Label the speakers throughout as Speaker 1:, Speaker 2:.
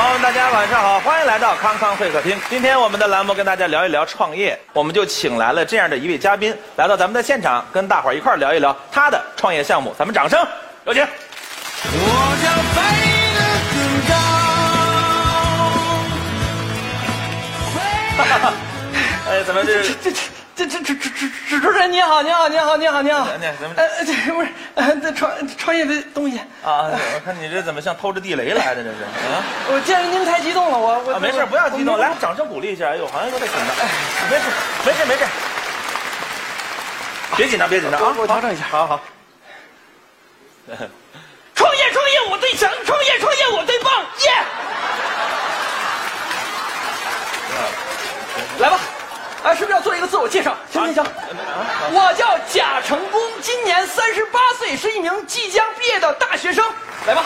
Speaker 1: 晚上好，欢迎来到康康会客厅。今天我们的栏目跟大家聊一聊创业，我们就请来了这样的一位嘉宾，来到咱们的现场，跟大伙儿一块儿聊一聊他的创业项目。咱们掌声有请。
Speaker 2: 我想飞得更高。
Speaker 1: 哎，咱们这是
Speaker 3: 这这这这这这这主持人你好，你好，你好，你好，你好。
Speaker 1: 你好咱们
Speaker 3: 呃，这不是呃，这创创业的东西，
Speaker 1: 啊，我看你这怎么像偷着地雷来的，这是啊
Speaker 3: 我见着您太激动了，我我
Speaker 1: 啊，没事，不要激动，。来，掌声鼓励一下。哎呦，好像有点紧张，没事，没事，没事，别紧张，别紧张啊，
Speaker 3: 我我调整一下
Speaker 1: 好好。
Speaker 3: 创业创业我最强，创业创业我最棒，耶！来吧，啊，是不是要做一个自我介绍？行行行。
Speaker 1: 啊
Speaker 3: 我叫贾成功，今年三十八岁，是一名即将毕业的大学生。
Speaker 1: 啊
Speaker 3: 来吧，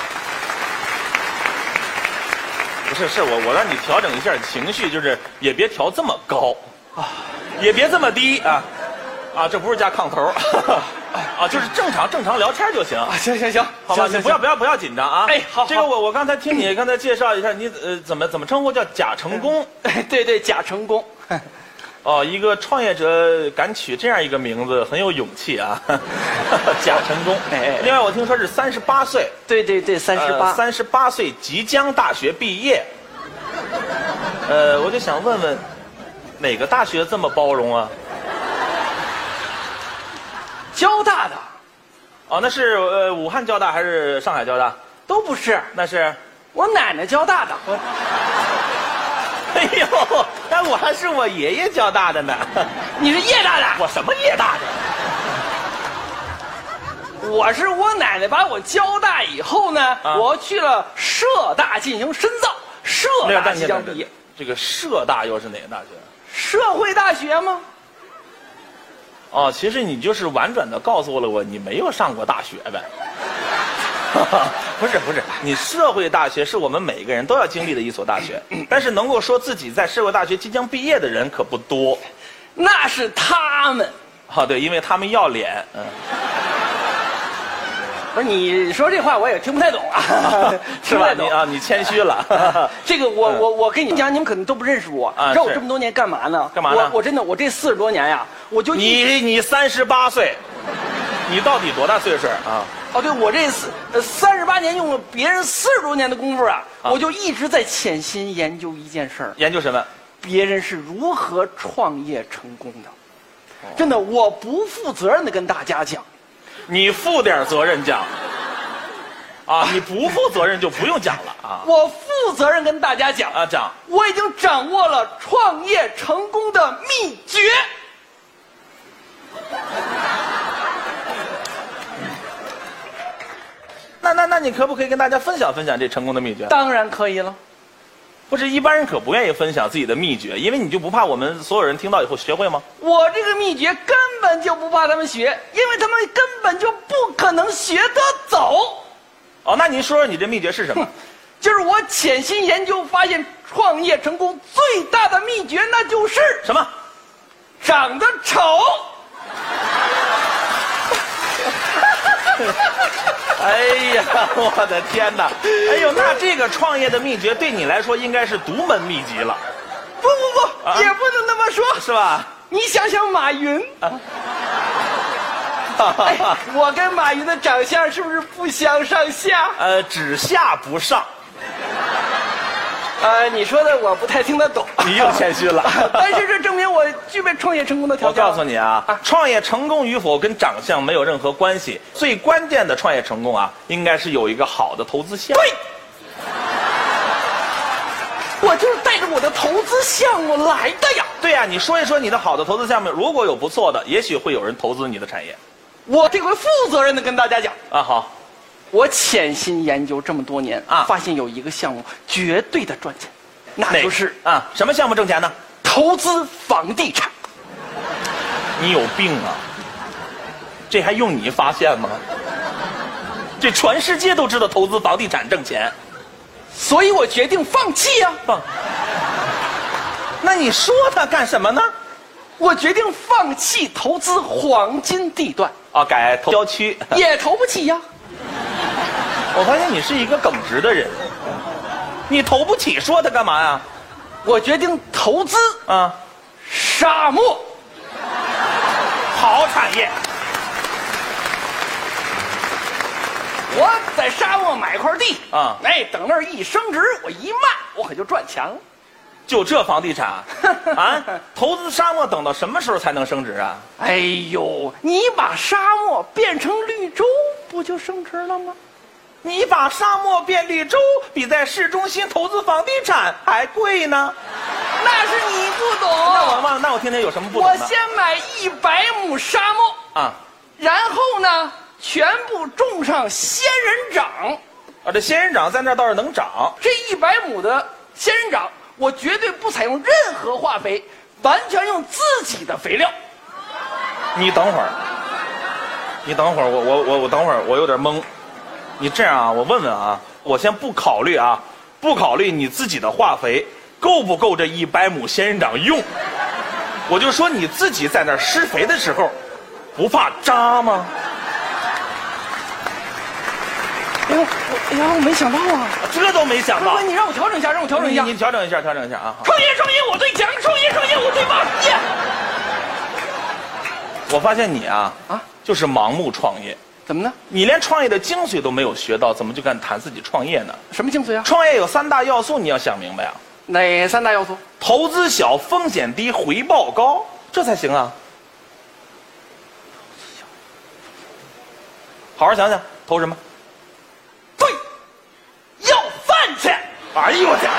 Speaker 1: 不是，是我我让你调整一下情绪，就是也别调这么高啊，也别这么低啊，啊，这不是加炕头啊，就是正常正常聊天就行，
Speaker 3: 啊，行行行，
Speaker 1: 好吧？你不要不要不要紧张啊！
Speaker 3: 哎好
Speaker 1: 这个
Speaker 3: 好
Speaker 1: 我我刚才听你刚才介绍一下，你呃怎么怎么称呼叫贾成功？
Speaker 3: 要， 对对，贾成功。
Speaker 1: 哦，一个创业者敢取这样一个名字，很有勇气啊， 贾成功。
Speaker 3: 哎哎哎
Speaker 1: 另外我听说是三十八岁，
Speaker 3: 对对对，三十八。
Speaker 1: 呃三十八岁即将大学毕业。呃，我就想问问，哪个大学这么包容啊？
Speaker 3: 交大的
Speaker 1: 哦，那是呃武汉交大还是上海交大？
Speaker 3: 都不是，
Speaker 1: 那是，
Speaker 3: 我奶奶交大的。
Speaker 1: 哎呦，那我还是我爷爷交大的呢。
Speaker 3: 你是叶大的，
Speaker 1: 我什么爷大的？
Speaker 3: 我是我奶奶把我交大以后呢，
Speaker 1: 啊
Speaker 3: 我去了浙大进行深造，浙
Speaker 1: 没有，
Speaker 3: 大
Speaker 1: 但
Speaker 3: 即将毕业，。
Speaker 1: 这个浙大又是哪个大学？
Speaker 3: 社会大学吗？
Speaker 1: 哦，其实你就是婉转的告诉了我，你没有上过大学呗？ 不是不是，你社会大学是我们每个人都要经历的一所大 学，但是能够说自己在社会大学即将毕业的人可不多。
Speaker 3: 那是他们。
Speaker 1: 哦，对，因为他们要脸。嗯，，
Speaker 3: 不是你说这话我也听不太懂啊
Speaker 1: 是
Speaker 3: 听不
Speaker 1: 吧？
Speaker 3: 太
Speaker 1: 你
Speaker 3: 懂
Speaker 1: 啊，你谦虚了。
Speaker 3: 这个我我我跟你讲，你们可能都不认识我，
Speaker 1: 啊
Speaker 3: 让我
Speaker 1: 是
Speaker 3: 这么多年干嘛呢？
Speaker 1: 干嘛呢
Speaker 3: 我我真的我这四十多年呀，我就一
Speaker 1: 你你三十八岁，你到底多大岁数啊？
Speaker 3: 哦，对我这四三十八年用了别人四十多年的功夫啊，我就一直在潜心研究一件事儿，
Speaker 1: 研究什么？
Speaker 3: 别人是如何创业成功的。真的，我不负责任的跟大家讲，
Speaker 1: 你负点责任讲。啊，你不负责任就不用讲了啊
Speaker 3: 我负责任跟大家讲，
Speaker 1: 啊讲。
Speaker 3: 我已经掌握了创业成功的秘诀。
Speaker 1: 那那那你可不可以跟大家分享分享这成功的秘诀？
Speaker 3: 当然可以了，
Speaker 1: 不是一般人可不愿意分享自己的秘诀，因为你就不怕我们所有人听到以后学会吗？
Speaker 3: 我这个秘诀根本就不怕他们学，因为他们根本就不可能学得走。
Speaker 1: 哦，那您说说你这秘诀是什 么？
Speaker 3: 就是我潜心研究发现，创业成功最大的秘诀，那就是
Speaker 1: 什么？
Speaker 3: 长得丑。
Speaker 1: 哎呀，我的天哪！哎呦，那这个创业的秘诀对你来说应该是独门秘籍了，
Speaker 3: 不不不，
Speaker 1: 啊
Speaker 3: 也不能那么 说。
Speaker 1: 是吧？，
Speaker 3: 你想想马云，哎 我跟马云的长相是不是不相上下？
Speaker 1: 呃，只下不上，
Speaker 3: 呃，你说的我不太听得懂，。
Speaker 1: 你又谦虚了
Speaker 3: 但是这证明我具备创业成功的条
Speaker 1: 我
Speaker 3: 件。
Speaker 1: 告诉你啊
Speaker 3: 啊，
Speaker 1: 创业成功与否跟长相没有任何关系，最关键的创业成功啊，应该是有一个好的投资项。
Speaker 3: 对，我就是带着我的投资项目来的呀。
Speaker 1: 对呀、你说一说你的好的投资项目，如果有不错的，也许会有人投资你的产业
Speaker 3: 我这回负责任的跟大家讲，
Speaker 1: 啊。好，
Speaker 3: 我潜心研究这么多年
Speaker 1: 啊
Speaker 3: 发现有一个项目绝对的赚钱，那
Speaker 1: 哪
Speaker 3: 就是
Speaker 1: 啊？什么项目挣钱呢？
Speaker 3: 投资房地产。
Speaker 1: 你有病啊！这还用你发现吗？这全世界都知道投资房地产挣钱，
Speaker 3: 所以我决定放弃呀、
Speaker 1: 放。那你说它干什么呢？
Speaker 3: 我决定放弃投资黄金地段，
Speaker 1: 啊，改投郊区。
Speaker 3: 也投不起呀、
Speaker 1: 我发现你是一个耿直的人，你投不起，说它干嘛呀？
Speaker 3: 我决定投资
Speaker 1: 啊，
Speaker 3: 沙漠。
Speaker 1: 好产业，
Speaker 3: 我在沙漠买块地
Speaker 1: 啊
Speaker 3: 哎，等那儿一升值，我一卖，我可就赚钱了。
Speaker 1: 就这房地产啊，投资沙漠等到什么时候才能升值啊？
Speaker 3: 哎呦，你把沙漠变成绿洲，不就升值了吗？
Speaker 1: 你把沙漠变绿洲，比在市中心投资房地产还贵呢。
Speaker 3: 那是你不懂。
Speaker 1: 那我忘了，那我听听有什么不懂
Speaker 3: 哦我
Speaker 1: 的
Speaker 3: 先买一百亩沙漠，
Speaker 1: 啊？
Speaker 3: 然后呢，全部种上仙人掌。
Speaker 1: 啊，这仙人掌在那儿倒是能长，
Speaker 3: 这一百亩的仙人掌，我绝对不采用任何化肥，完全用自己的肥料。
Speaker 1: 你等会儿，你等会儿，我我我我等会儿，我有点懵。你这样啊，我问问啊，我先不考虑啊，不考虑你自己的化肥够不够这一百亩仙人掌用，我就说你自己在那儿施肥的时候，不怕扎吗？
Speaker 3: 哎呦，我哎呀，我没想到啊！
Speaker 1: 这都没想
Speaker 3: 大
Speaker 1: 到
Speaker 3: 哥，。你让我调整一下，让我调整一下
Speaker 1: 你。你调整一下，调整一下啊！好
Speaker 3: 创业，创业，我最强！创业，创业，我最棒！耶！
Speaker 1: 我发现你啊
Speaker 3: 啊
Speaker 1: 啊，就是盲目创业，
Speaker 3: 怎么呢？
Speaker 1: 你连创业的精髓都没有学到，怎么就敢谈自己创业呢？
Speaker 3: 什么精髓啊？
Speaker 1: 创业有三大要素，你要想明白啊。
Speaker 3: 哪三大要素？
Speaker 1: 投资小，风险低，回报高，这才行啊！好好想想，投什么？
Speaker 3: 对，要饭去。
Speaker 1: 哎呦我天！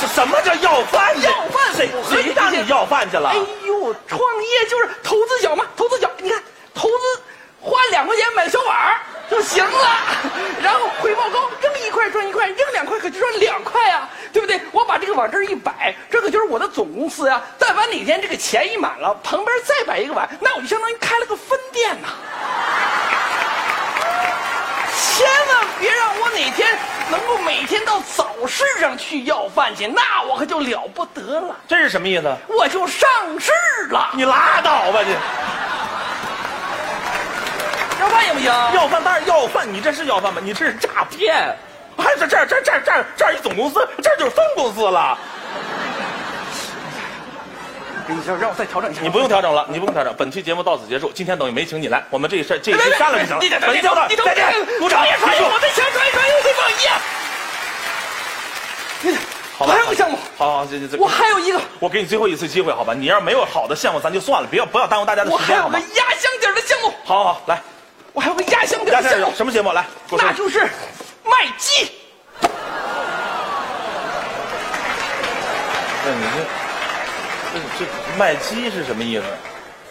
Speaker 1: 这什么叫要饭去？
Speaker 3: 要饭
Speaker 1: 谁
Speaker 3: 我和你
Speaker 1: 谁让你要饭去了
Speaker 3: 哎？呦，创业就是投资小嘛，投资小，你看投资花两块钱买小碗儿就 行了，然后回报高，扔一块赚一块，扔两块可就赚两块啊，对不对？我把这个往这儿一摆，这可就是我的总公司啊。但凡哪天这个钱一满了，旁边再摆一个碗，那我就相当于开了个分店呐、千万别让我哪天能够每天到早市上去要饭去，那我可就了不得了。
Speaker 1: 这是什么意思？
Speaker 3: 我就上市了，
Speaker 1: 你拉倒吧你！
Speaker 3: 要饭也不行。
Speaker 1: 要饭当然要饭，你这是要饭吗？你这是诈骗！还是这儿这儿这儿这儿这儿一总公司，这儿就是分公司了。
Speaker 3: 你就让我再调整一下。
Speaker 1: 你不用调整了，你不用调整。本期节目到此结束，今天等于没请你来，我们这一事这一
Speaker 3: 别，
Speaker 1: 期
Speaker 3: 别
Speaker 1: 删了就行了。
Speaker 3: 你等
Speaker 1: 本期到此
Speaker 3: 你等
Speaker 1: 再见，鼓掌
Speaker 3: 创业，创
Speaker 1: 结
Speaker 3: 业，
Speaker 1: 束
Speaker 3: 我。最强，创业，创业，我最棒，耶！
Speaker 1: 好吧，
Speaker 3: 还有个项目，
Speaker 1: 好好，这这这，
Speaker 3: 我
Speaker 1: 我
Speaker 3: 还有一个，
Speaker 1: 我给你最后一次机会，好吧？你要是没有好的项目，咱就算了，不要不要耽误大家的
Speaker 3: 我
Speaker 1: 时
Speaker 3: 还
Speaker 1: 间，
Speaker 3: 有
Speaker 1: 好
Speaker 3: 个
Speaker 1: 吗？
Speaker 3: 压箱底儿的项目，
Speaker 1: 好好好，来，
Speaker 3: 我还有个压箱底
Speaker 1: 大
Speaker 3: 儿
Speaker 1: 家
Speaker 3: 的项
Speaker 1: 有
Speaker 3: 目，
Speaker 1: 什么节目？来，给我说
Speaker 3: 那就是卖鸡。
Speaker 1: 那你哎这这这卖鸡是什么意思？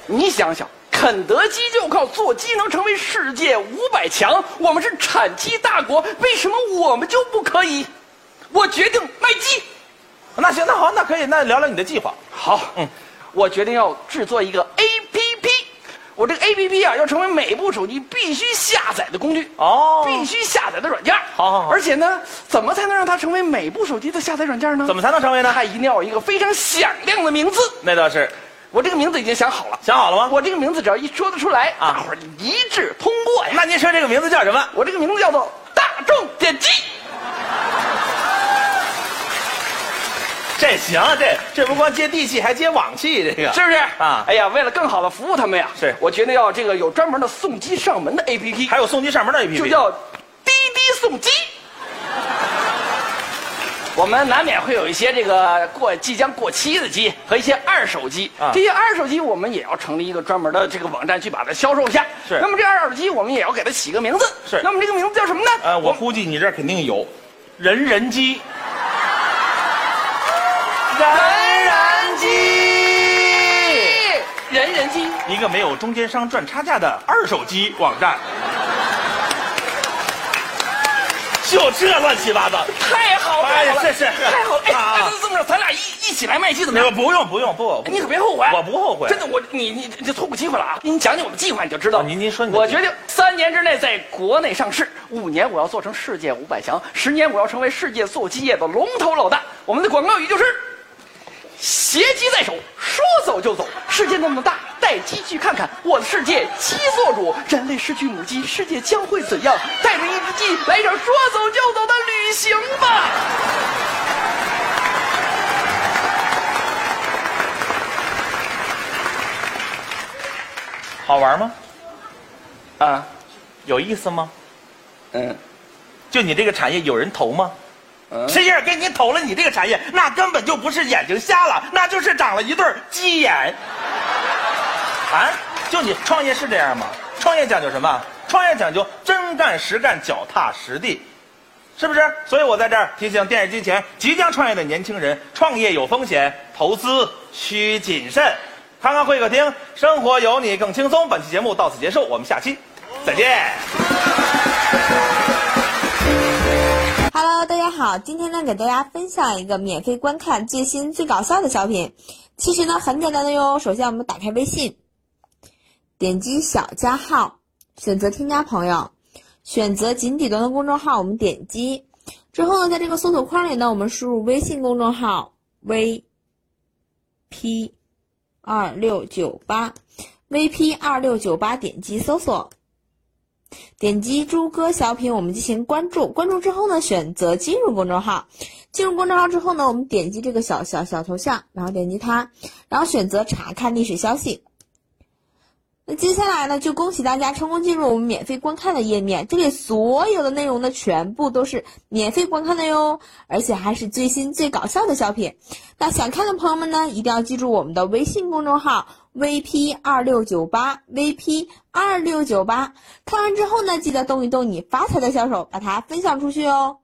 Speaker 3: 你想想，肯德基就靠做鸡能成为世界五百强，我们是产鸡大国，为什么我们就不可以？我决定卖鸡。
Speaker 1: 那行，那好，那可以，那聊聊你的计划。
Speaker 3: 好，嗯，我决定要制作一个 APP，我这个 APP 啊，要成为每部手机必须下载的工具，
Speaker 1: 哦
Speaker 3: 必须下载的软件。
Speaker 1: 好好好
Speaker 3: 而且呢，怎么才能让它成为每部手机的下载软件呢？
Speaker 1: 怎么才能成为呢？
Speaker 3: 它一定要有一个非常响亮的名字。
Speaker 1: 那倒是，
Speaker 3: 我这个名字已经想好了，
Speaker 1: 想好了吗？
Speaker 3: 我这个名字只要一说得出来，
Speaker 1: 啊
Speaker 3: 大伙儿一致通过呀。
Speaker 1: 那您说这个名字叫什么？
Speaker 3: 我这个名字叫做大众点击。
Speaker 1: 这行，这这不光接地气，还接网气，这个
Speaker 3: 是不是
Speaker 1: 啊
Speaker 3: 哎呀，为了更好的服务他们呀，
Speaker 1: 是
Speaker 3: 我决定要这个有专门的送机上门的 APP，
Speaker 1: 还有送鸡上门的 APP，
Speaker 3: 就叫滴滴送机。我们难免会有一些这个过即将过期的机和一些二手机，
Speaker 1: 啊
Speaker 3: 这些二手机我们也要成立一个专门的这个网站去把它销售一下。
Speaker 1: 是
Speaker 3: 那么这二手机我们也要给它起个名字。
Speaker 1: 是
Speaker 3: 那么这个名字叫什么呢？
Speaker 1: 呃，我估计你这儿肯定有，人人鸡，人人鸡，
Speaker 3: 人人机。
Speaker 1: 一个没有中间商赚差价的二手机网站，就这乱七八糟。
Speaker 3: 太好了，
Speaker 1: 哎呀
Speaker 3: 太好了
Speaker 1: 是是是
Speaker 3: 太好了！哎，
Speaker 1: 啊
Speaker 3: 那就这么着，咱俩一一起来卖鸡怎么
Speaker 1: 那
Speaker 3: 样
Speaker 1: 个？不用不用不，
Speaker 3: 哎你可别后悔，
Speaker 1: 我不后悔
Speaker 3: 真的，我你你你错过机会了啊！给你讲讲我的计划，你就知道。
Speaker 1: 哦您您说你的
Speaker 3: 我
Speaker 1: 计划
Speaker 3: 决定三年之内在国内上市，五年我要做成世界五百强，十年我要成为世界做鸡业的龙头老大。我们的广告语就是：携鸡在手，说走就走。世界那么大，带带鸡去看看我的世界，鸡做主。人类失去母鸡，世界将会怎样？带着一只鸡，来一场说走就走的旅行吧。
Speaker 1: 好玩吗？
Speaker 3: 啊，
Speaker 1: 有意思吗？
Speaker 3: 嗯，
Speaker 1: 就你这个产业有人投吗？
Speaker 3: 嗯
Speaker 1: 谁要给你投了你这个产业，那根本就不是眼睛瞎了，那就是长了一对儿鸡眼。啊，就你创业是这样吗？创业讲究什么？创业讲究真干实干，脚踏实地，是不是？所以我在这儿提醒电视机前即将创业的年轻人，创业有风险，投资需谨慎。看看会客厅，生活有你更轻松。本期节目到此结束，我们下期再见。
Speaker 4: Hello，大家好，今天呢给大家分享一个免费观看最新最搞笑的小品。其实呢很简单的哟，首先我们打开微信，点击小加号，选择添加朋友，选择井底端的公众号，我们点击之后呢，在这个搜索框里呢，我们输入微信公众号 v p 二六九八 v p 二六九八，点击搜索。点击猪哥小品，我们进行关注。关注之后呢，选择进入公众号。进入公众号之后呢，我们点击这个小小小头像，然后点击它，然后选择查看历史消息。那接下来呢，就恭喜大家成功进入我们免费观看的页面，这里所有的内容呢，全部都是免费观看的哟，而且还是最新最搞笑的小品。那想看的朋友们呢，一定要记住我们的微信公众号 VP 二六九八 VP 二六九八。看完之后呢，记得动一动你发财的小手，把它分享出去哦。